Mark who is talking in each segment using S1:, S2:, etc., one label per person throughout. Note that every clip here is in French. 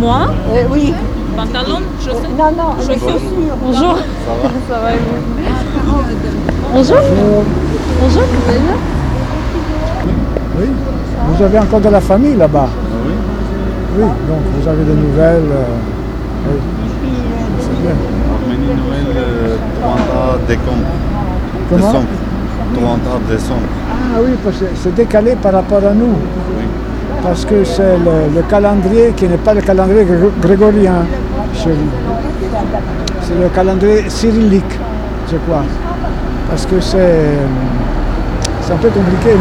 S1: moi
S2: Euh, oui.
S1: Pantalon, chaussures
S2: Non, non, les
S1: Bonjour.
S2: chaussures.
S1: Bonjour.
S3: Ça va
S1: Ça va et vous Bonjour. Bonjour. vous allez bien
S4: Oui. Vous avez encore de la famille là-bas
S3: Ah Oui.
S4: Oui, donc vous avez des nouvelles. euh, oui. C'est bien.
S3: Arménie, Noël, euh, 30 décembre.
S4: Comment
S3: décembre. 30 décembre.
S4: Ah oui, parce que c'est décalé par rapport à nous.
S3: Oui.
S4: Parce que c'est le, le calendrier qui n'est pas le calendrier gré- grégorien chez vous. C'est le calendrier cyrillique, je crois. Parce que c'est. euh, C'est un peu compliqué, mais.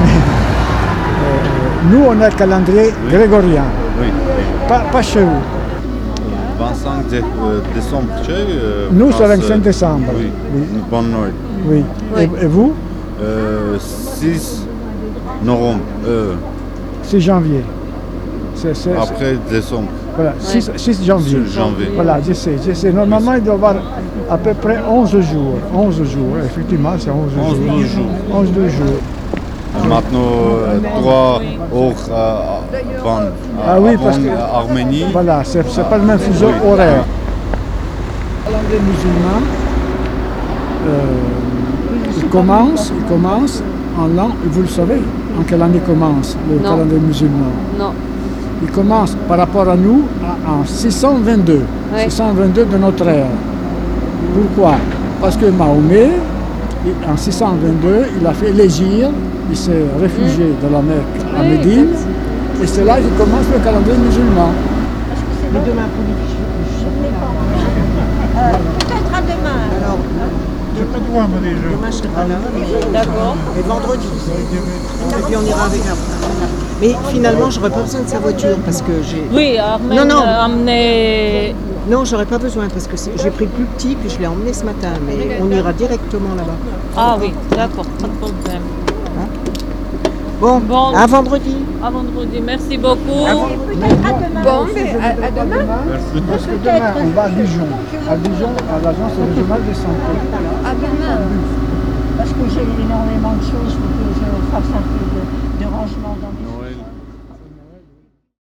S4: euh, nous, on a le calendrier grégorien,
S3: Oui.
S4: pas, pas chez vous.
S3: 25 dé- euh, décembre, tu sais, euh,
S4: Nous, c'est
S3: France,
S4: 25
S3: euh,
S4: décembre.
S3: Oui.
S4: Oui.
S3: Bonne Noël.
S4: Oui.
S1: Oui.
S4: Et, et vous
S3: Euh, 6 novembre. euh,
S4: 6 janvier. C'est, c'est-
S3: après décembre.
S4: voilà, 6, janvier.
S3: 6 Ah janvier.
S4: Voilà, je sais, je sais. Normalement, il doit y avoir à peu près 11 jours. 11 jours, effectivement, c'est 11 jours.
S3: 11 12 jours.
S4: 11 deux jours.
S3: Maintenant, euh, 3 heures euh, à avant,
S4: Ah oui, parce que-
S3: Arménie.
S4: Voilà, c'est, c'est pas le même fuseau
S3: Oui.
S4: horaire. Calendrier musulman, euh, il commence, il commence en l'an, vous le savez, en quelle année commence le
S1: Non.
S4: calendrier musulman
S1: Non.
S4: Il commence par rapport à nous à- en 622,
S1: Ouais.
S4: 622 de notre ère. Pourquoi Parce que Mahomet, il- en 622, il a fait l'égir, il s'est réfugié de la Mecque à
S1: Oui,
S4: Médine,
S1: Mm. exact.
S4: et c'est là qu'il commence le calendrier musulman.
S2: Mais demain, pour les
S5: Peut-être à demain.
S2: Alors, demain, je serai pas là, Ah mais-
S1: D'accord.
S2: mais vendredi. Et puis on ira avec un. Mais finalement, j'aurais pas besoin de sa voiture parce que j'ai.
S1: Oui, Armène
S2: Non, non.
S1: euh, amené.
S2: Non, j'aurais pas besoin parce que c'est- j'ai pris le plus petit puis je l'ai emmené ce matin. Mais on ira directement là-bas.
S1: Ah oui, d'accord, pas de problème.
S2: Bon,
S1: Bon.
S2: à vendredi.
S1: À vendredi, merci beaucoup.
S5: Peut-être à demain.
S6: Bon, mais à, à demain.
S4: Parce que demain, on va à Dijon, à Dijon, à l'agence régionale de santé.
S6: À demain.
S5: Parce que j'ai énormément de choses, il faut que je fasse un peu de, de rangement dans mes